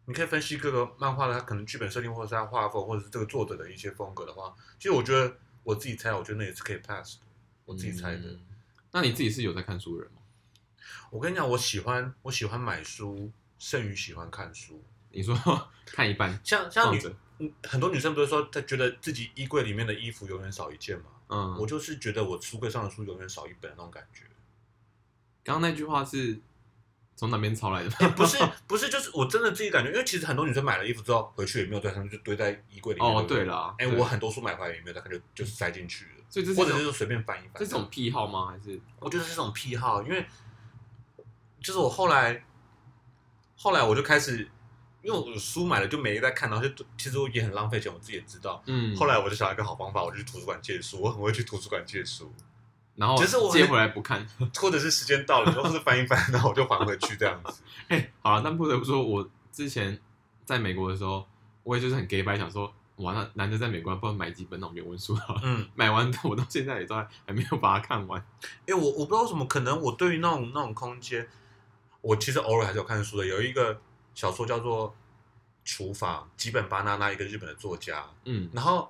S2: 你可以分析各个漫画的它可能剧本设定，或者是它画风，或者是这个作者的一些风格的话，其实我觉得我自己猜，我觉得那也是可以 pass 的，我自己猜的。
S1: 嗯那你自己是有在看书的人吗？
S2: 我跟你讲，我喜欢我喜欢买书，胜于喜欢看书。
S1: 你说 看一半
S2: 像像
S1: 放
S2: 女
S1: 着，
S2: 嗯很多女生不是说她觉得自己衣柜里面的衣服永远少一件吗？
S1: 嗯，
S2: 我就是觉得我书柜上的书永远少一本那种感觉。
S1: 刚刚那句话是从哪边抄来的？
S2: 不是不是，就是我真的自己感觉，因为其实很多女生买了衣服之后回去也没有堆上，就堆在衣柜里面。
S1: 哦，对
S2: 对不对。
S1: 啦，
S2: 哎、
S1: 对
S2: 我很多书买回来也没有，大概就就是塞进去了，
S1: 所以这是
S2: 或
S1: 一
S2: 者
S1: 种
S2: 是随便翻一翻。
S1: 这是种癖好吗？还是
S2: 我觉得是一种癖好，因为就是我后来后来我就开始，因为我书买了就没在看，然后就其实我也很浪费钱，我自己也知道。
S1: 嗯，
S2: 后来我就想到一个好方法，我就去图书馆借书，我很会去图书馆借书，
S1: 然后
S2: 只是我
S1: 借
S2: 很
S1: 回来不看。
S2: 或者是时间到了，或是翻一翻，然后我就还回去这样 子。
S1: 哎、好了，但不得不说，我之前在美国的时候，我也就是很 gay 白，想说，哇，那难得在美国，不然买几本那种原文书好了。
S2: 嗯，
S1: 买完的我到现在也都还还没有把它看完。
S2: 因为我我不知道为什么，可能我对于那种那种空间，我其实偶尔还是有看书的。有一个小说叫做《厨房》，吉本巴娜娜，一个日本的作家，
S1: 嗯，
S2: 然后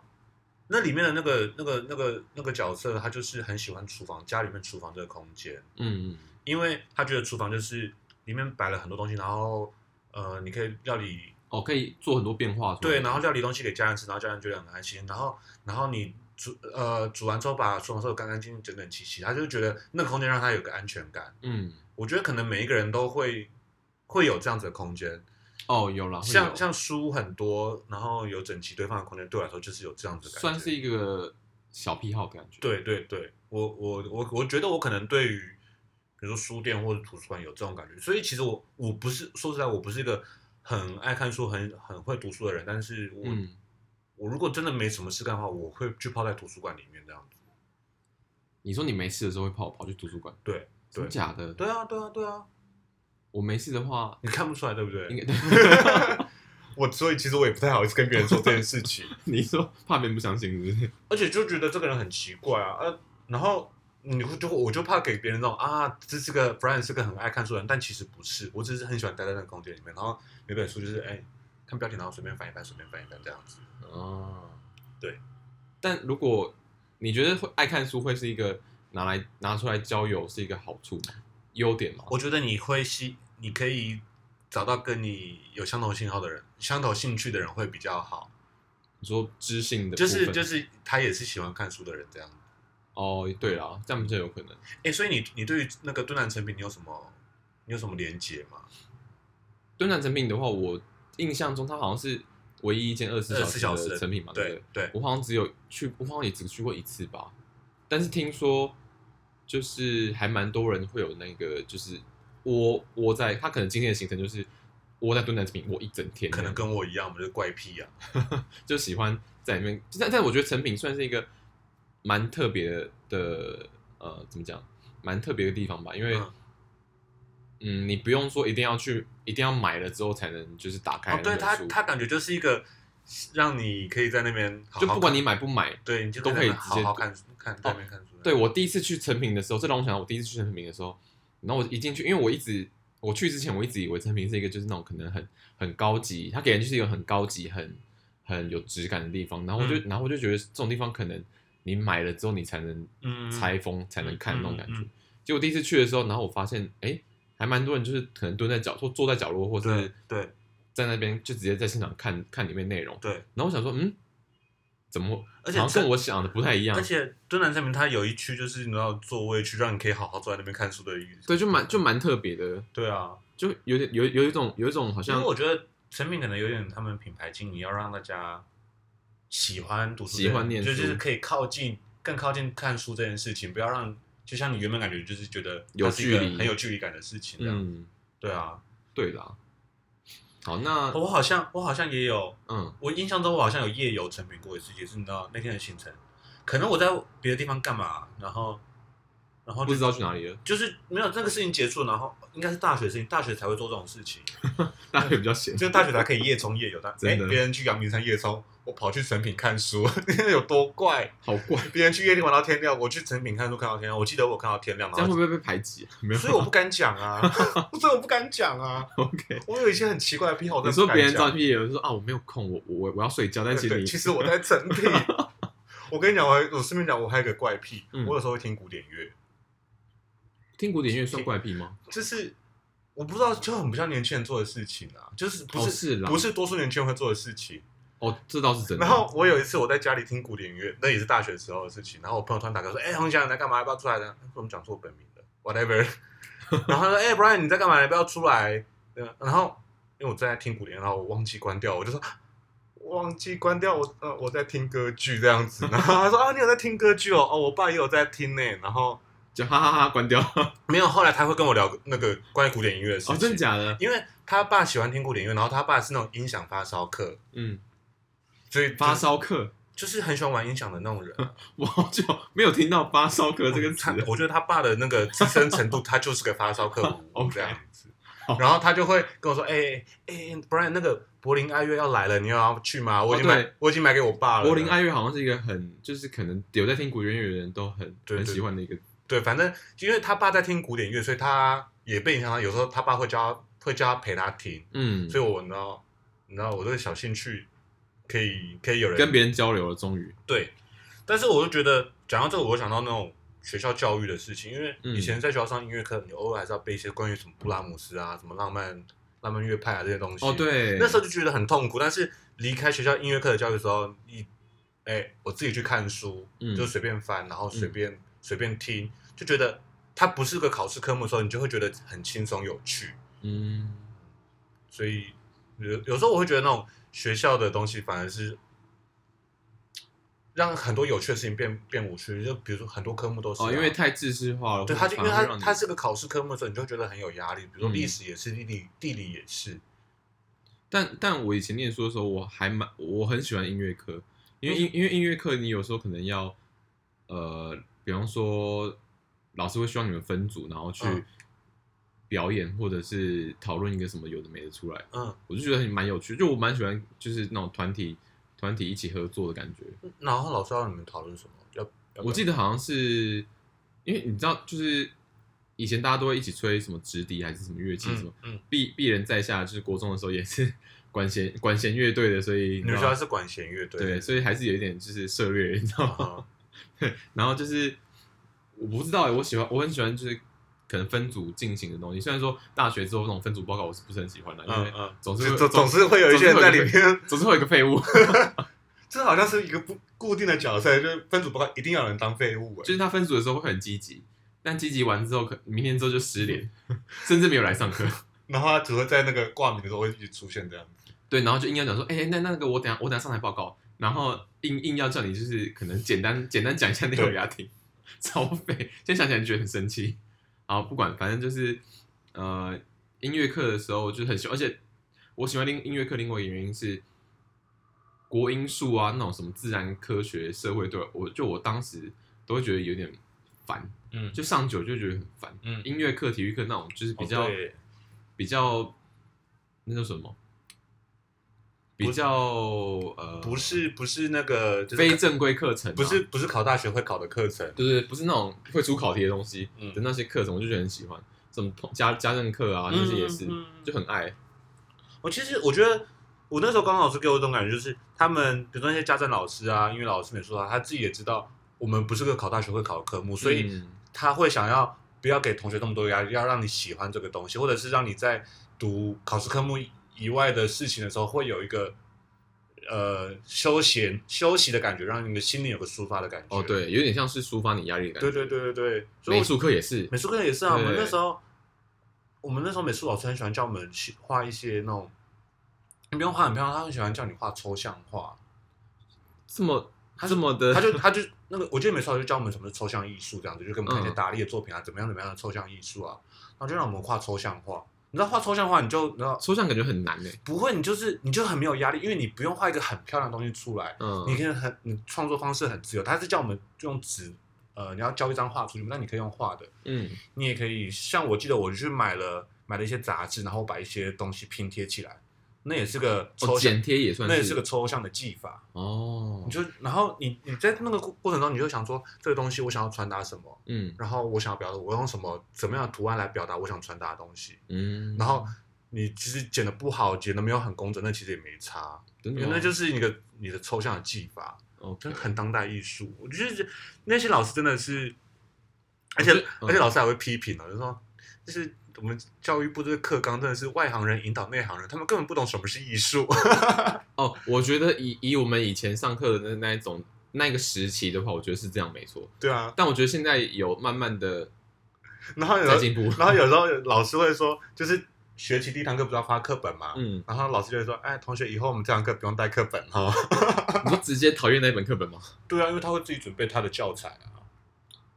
S2: 那里面的那个那个那个那个角色，他就是很喜欢厨房，家里面厨房这个空间，
S1: 嗯
S2: 因为他觉得厨房就是里面摆了很多东西，然后呃，你可以料理
S1: 哦，可以做很多变化出来。
S2: 对，然后料理东西给家人吃，然后家人觉得很开心，然后然后你煮呃煮完之后把厨房收的干干净净、整整齐齐，他就觉得那个空间让他有个安全感。
S1: 嗯，
S2: 我觉得可能每一个人都会会有这样子的空间，
S1: 哦，有了，会
S2: 像
S1: 有
S2: 像书很多，然后有整齐堆放的空间，对我来说就是有这样子的感觉。
S1: 算是一个小癖好的感觉。，
S2: 对对对，我我我我觉得我可能对于比如说书店或者图书馆有这种感觉，所以其实我我不是说实在，我不是一个很爱看书、很很会读书的人，但是我、
S1: 嗯，
S2: 我如果真的没什么事干的话，我会去泡在图书馆里面这样子。
S1: 你说你没事的时候会跑跑去图书馆？
S2: 对，
S1: 真的
S2: 对
S1: 假的？
S2: 对啊，对啊，对啊，
S1: 我没事的话，
S2: 你看不出来对不
S1: 应
S2: 对？
S1: 该
S2: 我所以其实我也不太好意思跟别人说这件事情，
S1: 你说怕别人不相信是不是？
S2: 而且就觉得这个人很奇怪啊，呃，然后你会就我就怕给别人那种啊，这是个 Brian 是个很爱看书的人，但其实不是，我只是很喜欢待在那个空间里面，然后每本书就是哎看标题，然后随便翻一翻，随便翻一翻这样子。
S1: 哦，
S2: 对。
S1: 但如果你觉得会爱看书会是一个拿来拿出来交友是一个好处吗、优点吗？
S2: 我觉得你会吸，你可以找到跟你有相同信号的人，相同兴趣的人会比较好。
S1: 你说知性的部
S2: 就
S1: 分，
S2: 是就是他也是喜欢看书的人这样。
S1: 哦，对啦，这样比较有可能。
S2: 哎，所以你你对于那个敦南成品，你有什么你有什么连结吗？
S1: 敦南成品的话，我印象中它好像是唯一一间二十
S2: 24小时
S1: 的
S2: 的
S1: 成品嘛，对不
S2: 对
S1: 对？
S2: 对，
S1: 我好像只有去，我好像也只去过一次吧。但是听说就是还蛮多人会有那个，就是窝窝在他可能今天的行程就是窝在敦南成品窝一整天这样，
S2: 可能跟我一样，我们就是怪癖啊。
S1: 就喜欢在里面。但但我觉得成品算是一个蛮特别的的呃，怎么讲，蛮特别的地方吧，因为
S2: 嗯
S1: 嗯，你不用说一定要去，一定要买了之后才能就是打开
S2: 哦，
S1: 那
S2: 对
S1: 本
S2: 他
S1: 书，
S2: 他感觉就是一个让你可以在那边好好
S1: 就不管
S2: 看
S1: 你买不买。
S2: 对，你就
S1: 都
S2: 在
S1: 可以
S2: 那边
S1: 直
S2: 好
S1: 接
S2: 好
S1: 读哦
S2: 看看在那边看书。
S1: 对我第一次去成品的时候，这让我想到我第一次去成品的时候，然后我一进去，因为我一直我去之前我一直以为成品是一个就是那种可能很很高级，它给人就是一个很高级、很很有质感的地方，然后我
S2: 嗯
S1: 就、然后我就觉得这种地方可能你买了之后你才能
S2: 嗯
S1: 拆封才能看那种感觉
S2: 嗯嗯嗯。
S1: 结果第一次去的时候，然后我发现，哎，还蛮多人就是可能蹲在角或坐在角落，或
S2: 对
S1: 是
S2: 对
S1: 在那边就直接在现场看看里面内容。
S2: 对，
S1: 然后我想说，嗯，怎么会？
S2: 而且
S1: 好像跟
S2: 这
S1: 我想的不太一样
S2: 而。且敦南成品它有一区就是你知道座位区，让你可以好好坐在那边看书的一个。嗯
S1: 对，就蛮就蛮特别的，
S2: 对啊，
S1: 就有点有有一种有一种好
S2: 其实
S1: 像
S2: 我觉得成品可能有点他们品牌经营，要让大家喜欢读书这件，
S1: 喜欢念书
S2: 就就是可以靠近更靠近看书这件事情，不要让就像你原本感觉就是觉得
S1: 有
S2: 它是一个
S1: 距离
S2: 很有距离感的事情这样。
S1: 嗯，
S2: 对啊，
S1: 对啦。好，那
S2: 我好像我好像也有，
S1: 嗯
S2: 我印象中我好像有夜游成品过一次，也是你知道那天的行程，可能我在别的地方干嘛，然后然后
S1: 不
S2: 就
S1: 知道去哪里了，
S2: 就是没有那个事情结束，然后应该是大学的事情，大学才会做这种事情。
S1: 大家也比较闲。
S2: 就是大学才可以夜冲夜游，但哎，
S1: 真
S2: 诶
S1: 的
S2: 别人去阳明山夜冲，我跑去成品看书， 有多怪？
S1: 好怪，
S2: 别人去夜店玩到天亮，我去成品看书看到天亮。我记得我看到天亮，
S1: 这样
S2: 然
S1: 会不
S2: 后
S1: 会被排 挤啊？没有
S2: 所以我不敢讲啊， 所以我不敢讲啊。
S1: ，OK。
S2: 我有一些很奇怪的癖好，我
S1: 你
S2: 真的
S1: 说
S2: 不敢
S1: 别人照
S2: 讲
S1: 你去，有人说啊，我没有空，我我我要睡觉，但其
S2: 对
S1: 实
S2: 对，
S1: 你
S2: 其实我在成品。我跟你讲，我还我顺便讲，我还有一个怪癖，
S1: 嗯
S2: 我有时候会听古典乐，
S1: 听古典乐算怪癖吗？
S2: 就是我不知道，就很不像年轻人做的事情啊，就是不
S1: 哦
S2: 是、
S1: 是啦
S2: 不是多数年轻人会做的事情。
S1: 哦，这倒是真的。
S2: 然后我有一次我在家里听古典乐，那也是大学时候的事情。然后我朋友突然打给我说：“哎、洪翔你在干嘛？要不要出来呢？”我们讲错本名了，whatever。然 后他说：“哎、b r i a n 你在干嘛？要不要出来？”嗯然后因为我正在听古典，然后我忘记关掉，我就说忘记关掉，我呃我在听歌剧这样子。然 后他说：“啊，你有在听歌剧哦？哦，我爸也有在听呢。”然后
S1: 就哈哈哈关掉。哦，
S2: 没有，后来他会跟我聊那个关于古典音乐的事情。
S1: 真的假的？
S2: 因为他爸喜欢听古典音乐，然后他爸是那种音响发烧客，
S1: 嗯，
S2: 所以就是
S1: 发烧课，
S2: 就是很喜欢玩音响的那种人啊、
S1: 我好久没有听到发烧课这个词
S2: 哦他
S1: 了。
S2: 我觉得他爸的那个资深程度，他就是个发 烧客
S1: OK
S2: 舞这样哦子。哦然后他就会跟我说：“哎、哎、b r i a n 那个柏林爱乐要来了，你要去吗？我已经
S1: 哦
S2: 买，
S1: 对
S2: 我已经买给我爸了。”
S1: 柏林爱乐好像是一个很，就是可能有在听古典乐的人都很
S2: 对对
S1: 很喜欢的一个。
S2: 对，反正因为他爸在听古典乐，所以他也被影响到。有时候他爸会教他，会叫他陪他听。
S1: 嗯，
S2: 所以我呢，你知道我这个小兴趣，可以可以有人
S1: 跟别人交流了，终于。
S2: 对，但是我就觉得讲到这个，我就想到那种学校教育的事情，因为
S1: 嗯
S2: 以前在学校上音乐课，你偶尔还是要背一些关于什么布拉姆斯啊、什么浪漫浪漫乐派啊这些东西。
S1: 哦，，对，
S2: 那时候就觉得很痛苦。但是离开学校音乐课的教育的时候，你哎、我自己去看书，
S1: 嗯
S2: 就随便翻，然后随便、随便听，就觉得它不是个考试科目的时候，你就会觉得很轻松有趣。
S1: 嗯，
S2: 所以有有时候我会觉得那种学校的东西反而是让很多有趣的事情变变无趣，就比如说很多科目都是啊、
S1: 哦，因为太知识化了，
S2: 对
S1: 会
S2: 它就因为
S1: 反而会
S2: 它
S1: 让你
S2: 它是个考试科目的时候，你就会觉得很有压力，比如说
S1: 嗯
S2: 历史也是，地理地理也是，
S1: 但但我以前念书的时候，我还蛮我很喜欢音乐课，因为音因为音乐课你有时候可能要呃比方说老师会希望你们分组，然后去
S2: 嗯
S1: 表演或者是讨论一个什么有的没的出来，
S2: 嗯，
S1: 我就觉得很蛮有趣，就我蛮喜欢就是那种团体团体一起合作的感觉。
S2: 嗯然后老师要你们讨论什么？要要
S1: 我
S2: 不要
S1: 记得好像是因为你知道，就是以前大家都会一起吹什么直笛还是什么乐器什么
S2: 嗯，嗯，
S1: 鄙鄙人在下，就是国中的时候也是 管弦管弦乐队的，所以
S2: 你们学校是管弦乐队，
S1: 对，所以还是有一点就是涉略，你知道吗？
S2: 啊
S1: 然后就是我不知道欸，我喜欢我很喜欢就是可能分组进行的东西。虽然说大学之后那种分组报告我是不是很喜欢的，因
S2: 嗯
S1: 为
S2: 嗯，
S1: 总是
S2: 总
S1: 会
S2: 总总是会有一些人在里面，
S1: 总是会有一个废物，
S2: 这好像是一个不固定的角色，就是分组报告一定要有人当废物，
S1: 就
S2: 哎
S1: 是他分组的时候会很积极，但积极完之后可明天之后就失联， 甚至没有来上课。
S2: 然后他只会在那个挂名的时候会一直出现这样子，
S1: 对，然后就硬要讲说，哎、那那个我等下我等下上台报告，然后硬硬要叫你就是可能简单简单讲一下内容给他听， 超废。现在想起来觉得很生气。好，不管，反正就是呃，音乐课的时候就是很喜欢，而且我喜欢另音乐课另外一个原因是国音数啊那种什么自然科学、社会对我就我当时都会觉得有点烦，
S2: 嗯
S1: 就上久就觉得很烦。
S2: 嗯
S1: 音乐课、体育课那种就是比较、
S2: 哦对
S1: 比较那叫什么？比较呃，
S2: 不是不是那个就是
S1: 非正规课程啊、
S2: 不是不是考大学会考的课程，
S1: 对对，不是那种会出考题的东西
S2: 嗯
S1: 的那些课程，我就觉得很喜欢。什么家家政课啊，那些也是，
S2: 嗯嗯嗯
S1: 就很爱。
S2: 我其实我觉得，我那时候高中老师给我一种感觉，就是他们，比如说那些家政老师啊、英语老师、美术老师，他自己也知道我们不是个考大学会考的科目，所以
S1: 嗯
S2: 他会想要不要给同学那么多压力，要让你喜欢这个东西，或者是让你在读考试科目以外的事情的时候，会有一个呃休闲休息的感觉，让你的心里有个抒发的感觉。
S1: 哦，对，有点像是抒发你压力的感
S2: 对
S1: 觉。
S2: 对对对对，所以
S1: 美
S2: 我
S1: 术课也是
S2: 美，术课也是啊，我
S1: 对
S2: 们那时候，我们那时候美术老师很喜欢叫我们去画一些那种，你不用画很漂亮，他很喜欢叫你画抽象画，
S1: 这么
S2: 他
S1: 这么的，
S2: 他就他就那个，我记得美术老师就教我们什么是抽象艺术这样子，就给我们看一些
S1: 嗯
S2: 达利的作品啊，怎么样怎么样的抽象艺术啊，然后就让我们画抽象画。你知道画抽象画，你就你知道
S1: 抽象感觉很难欸呢。
S2: 不会，你就是你就很没有压力，因为你不用画一个很漂亮的东西出来，
S1: 嗯，
S2: 你可以很你创作方式很自由。他是叫我们用纸，呃，你要交一张画出去，但你可以用画的。
S1: 嗯
S2: 你也可以，像我记得我去买了买了一些杂志，然后把一些东西拼贴起来，那也是个
S1: 哦，
S2: 抽象，
S1: 剪贴也算
S2: 那也
S1: 是
S2: 是个抽象的技法。
S1: 哦
S2: 你，就然后你你在那个过过程中，你就想说这个东西我想要传达什么，
S1: 嗯
S2: 然后我想要表达我用什么怎么样的图案来表达我想传达的东西，
S1: 嗯，
S2: 然后。你其实剪的不好，剪的没有很工整，那其实也没差，
S1: 真
S2: 因
S1: 的
S2: 为
S1: 吗哦
S2: 那就是你的你的抽象的技法。
S1: OK，
S2: 真的很当代艺术。我就觉得那些老师真的是，而且、
S1: 我觉得嗯
S2: 而且老师还会批评啊呢，就说就是我们教育部这个课纲真的是外行人引导内行人，他们根本不懂什么是艺术。
S1: 哦，我觉得以以我们以前上课的那那一种那个时期的话，我觉得是这样没错。
S2: 对啊，
S1: 但我觉得现在有慢慢的
S2: 然后有
S1: 在进 步。
S2: 然后有时候老师会说，就是学期第一堂课不是要发课本嘛，
S1: 嗯，
S2: 然后老师就会说，哎，同学以后我们这堂课不用带课本 哦。
S1: 你就直接讨厌那本课本吗？
S2: 对啊，因为他会自己准备他的教材啊。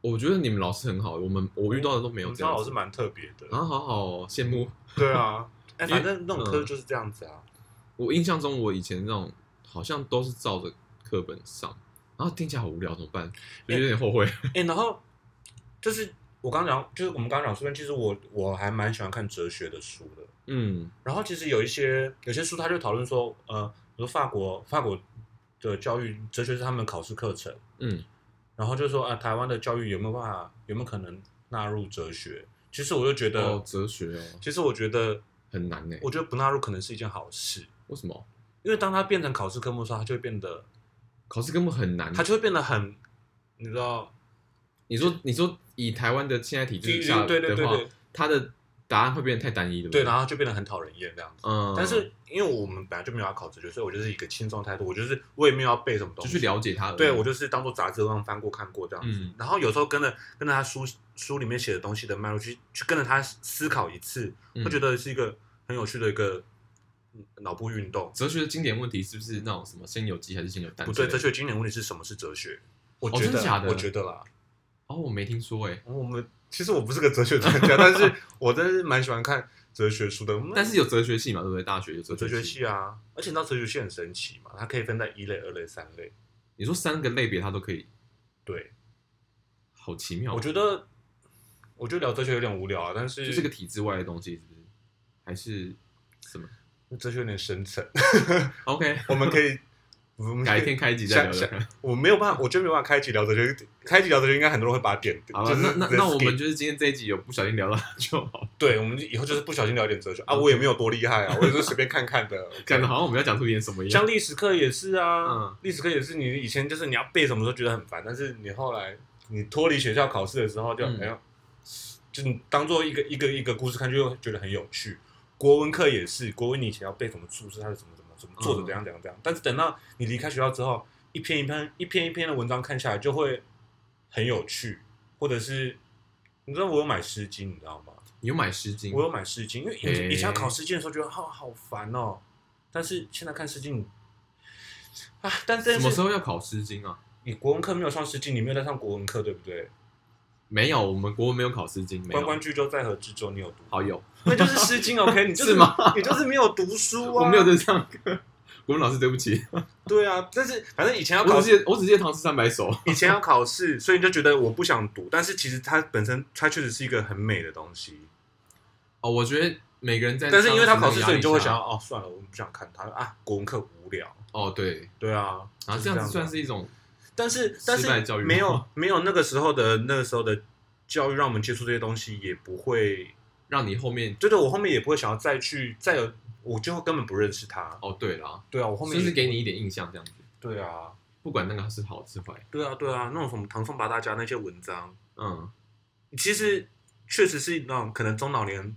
S1: 我觉得你们老师很好，我们我遇到的都没有
S2: 我知
S1: 这
S2: 道
S1: 样
S2: 嗯老
S1: 子。
S2: 师蛮特别的。
S1: 啊，好好哦羡慕。
S2: 对啊，哎，
S1: 因为
S2: 反正那种
S1: 嗯
S2: 课就是这样子啊。
S1: 我印象中，我以前那种好像都是照着课本上，然后听起来好无聊，怎么办？就有点后悔。
S2: 哎、然后就是我刚讲，就是我们刚刚讲书，但其实我我还蛮喜欢看哲学的书的。
S1: 嗯
S2: 然后其实有一些有些书，他就讨论说，呃，比如说法国法国的教育哲学是他们的考试课程，
S1: 嗯，
S2: 然后就说啊、台湾的教育有没有办法，有没有可能纳入哲学？其实我就觉得，
S1: 哦，哲学哦，
S2: 其实我觉得，
S1: 很难呢。
S2: 我觉得不纳入可能是一件好事，
S1: 为什么？
S2: 因为当它变成考试科目的时候，它就会变得，
S1: 考试根本很难
S2: 它。就会变得很，你知道，
S1: 你说你说以台湾的现在体制
S2: 对
S1: 下
S2: 对对
S1: 的话
S2: 对，
S1: 它的答案会变得太单一了。
S2: 对，然后就变得很讨人厌这样子。
S1: 嗯，
S2: 但是因为我们本来就没有要考哲学，所以我就是一个轻松态度，我就是我也没有要背什么东
S1: 就
S2: 西，
S1: 去了解它而已。
S2: 对我就是当做杂志上翻过看过这样子。
S1: 嗯
S2: 然后有时候跟着跟着他书书里面写的东西的脉络去去跟着他思考一次，
S1: 嗯
S2: 会觉得是一个很有趣的一个嗯脑部运动。
S1: 哲学的经典问题是不是那种什么先有鸡还是先有蛋
S2: 不
S1: 之类
S2: 对，
S1: 的？
S2: 哲学经典问题是什么是哲学？我
S1: 哦
S2: 觉
S1: 真
S2: 得，
S1: 的假的
S2: 我觉得啦，
S1: 哦，我没听说哎，
S2: 我们其实我不是个哲学专 家，但是我真的是蛮喜欢看哲学书的。
S1: 但是有哲学系嘛，对不对？大学有哲
S2: 哲
S1: 学
S2: 学，系啊，而且你知道哲学系很神奇嘛，它可以分在一类、二类、三类。
S1: 你说三个类别它都可以，
S2: 对，
S1: 好奇妙。哦
S2: 我觉得，我觉得聊哲学有点无聊啊，但是
S1: 就是个体制外的东西，是不是？还是什么
S2: 哲学有点 深层，
S1: ？OK，
S2: 我们可以， 我们可以
S1: 改天开一集再聊聊
S2: 想。我没有办法，我就没有办法开启聊哲学，开启聊哲学应该很多人会把它点。
S1: 好
S2: 就
S1: 了，
S2: 是
S1: 那那
S2: the
S1: 那我
S2: skip
S1: 们就是今天这一集有不小心聊到就好，
S2: 对，我们以后就是不小心聊一点哲学啊，我也没有多厉害啊，我也是随便 看看的。
S1: 讲的好像我们要讲出点什么一样
S2: 像。历史课也是啊
S1: 嗯，
S2: 历史课也是，你以前就是你要背什么时候觉得很烦，但是你后来你脱离学校考试的时候就，
S1: 嗯
S2: 哎呀，就你当做一个一个一个故事看，就觉得很有趣。国文课也是，国文你以前要背什么注释，它是怎么怎么怎么作者怎样怎样怎样，但是等到你离开学校之后，一篇一篇一篇一篇的文章看下来，就会很有趣，或者是你知道我有买《诗经》，你知道吗？
S1: 你有买诗经？
S2: 我有买诗经，因为以前
S1: 诶
S2: 以前要考诗经的时候觉得好好烦哦，但是现在看诗经，啊，但是
S1: 什么时候要考诗经啊？
S2: 你国文课没有上诗经，你没有在上国文课，对不对？
S1: 没有，我们国文没有考诗经，没
S2: 关关
S1: 有。
S2: 雎鸠，在河之洲，你有读？
S1: 好 有，
S2: 那就是诗经，OK？你就是
S1: 是吗？
S2: 你就是没有读书啊，
S1: 我没有在上课。国文老师，对不起，
S2: 对啊，但是反正以前要考
S1: 我只记得我只记得《唐诗三百首》。
S2: 以前要考试，所以你就觉得我不想读，但是其实它本身它确实是一个很美的东西，
S1: 哦，我觉得每个人在，
S2: 但是因为它考试，所以你就会想
S1: 要。
S2: 要哦，算了，我不想看它啊，国文课无聊，
S1: 哦，对，
S2: 对啊，
S1: 然后
S2: 就是
S1: 这样
S2: 啊
S1: 子算是一种
S2: 但是但是
S1: 失败教育
S2: 没有没有那个时候的那个时候的教育，让我们接触这些东西也不会，
S1: 让你后面
S2: 就是我后面也不会想要再去再有，我就根本不认识他。
S1: 哦，对啦，
S2: 对啊，我后面
S1: 甚至
S2: 也
S1: 给你一点印象这样子，
S2: 对啊
S1: 不管那个是好是坏，
S2: 对啊对啊，那种什么唐宋八大家那些文章，
S1: 嗯，
S2: 其实确实是那种可能中老年。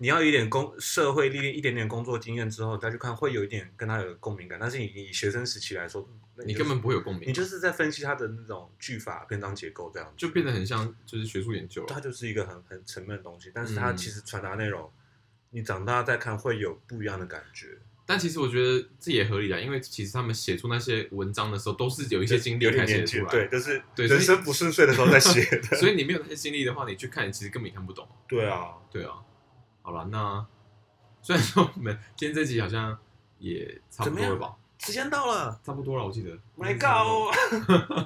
S2: 你要有一点工社会历练，一点点工作经验之后再去看，会有一点跟他有共鸣感。但是你以学生时期来说，那
S1: 你
S2: 就是
S1: 根本不会有共鸣，啊
S2: 你就是在分析他的那种句法、篇章结构这样子，
S1: 就变得很像就是学术研究啊
S2: 它
S1: 了。
S2: 就是一个很很沉闷的东西，但是它
S1: 嗯
S2: 其实传达内容，你长大再看会有不一样的感觉，
S1: 但其实我觉得这也合理啦，因为其实他们写出那些文章的时候，都是有一些经历
S2: 有
S1: 才
S2: 点
S1: 写
S2: 年
S1: 得
S2: 纪
S1: 出，来，
S2: 对，就是
S1: 对
S2: 人
S1: 所以
S2: 生不顺遂的时候在写 的，
S1: 所以你没有那些经历的话，你去看，其实根本也看不懂。
S2: 对啊，
S1: 对啊，好了，那虽然说我们今天这集好像也差不多了
S2: 怎么
S1: 吧，
S2: 时间到了
S1: 差不多了，我记得。
S2: ，My
S1: 哦，
S2: God，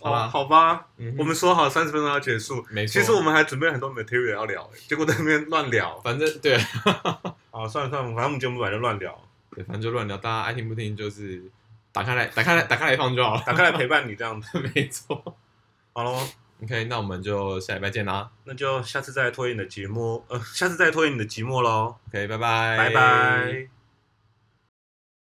S1: 好啦
S2: 哦 好吧，
S1: 嗯哼
S2: 我们说好三十分钟要结束，
S1: 没错，
S2: 其实我们还准备很多 material 要聊，结果在那边乱聊，
S1: 反正对，
S2: 啊，算了算了，反正我们节目本来就乱聊，
S1: 对，反正就乱聊，大家爱听不听就是打开来，打开来，打开来放就好了。
S2: 打开来陪伴你这样子，
S1: 没错。
S2: 好喽。
S1: OK，那我们就下礼拜见啦。
S2: 那就下次再拖延你的节目，呃，下次再拖延你的寂寞喽，
S1: OK，拜拜，
S2: 拜拜。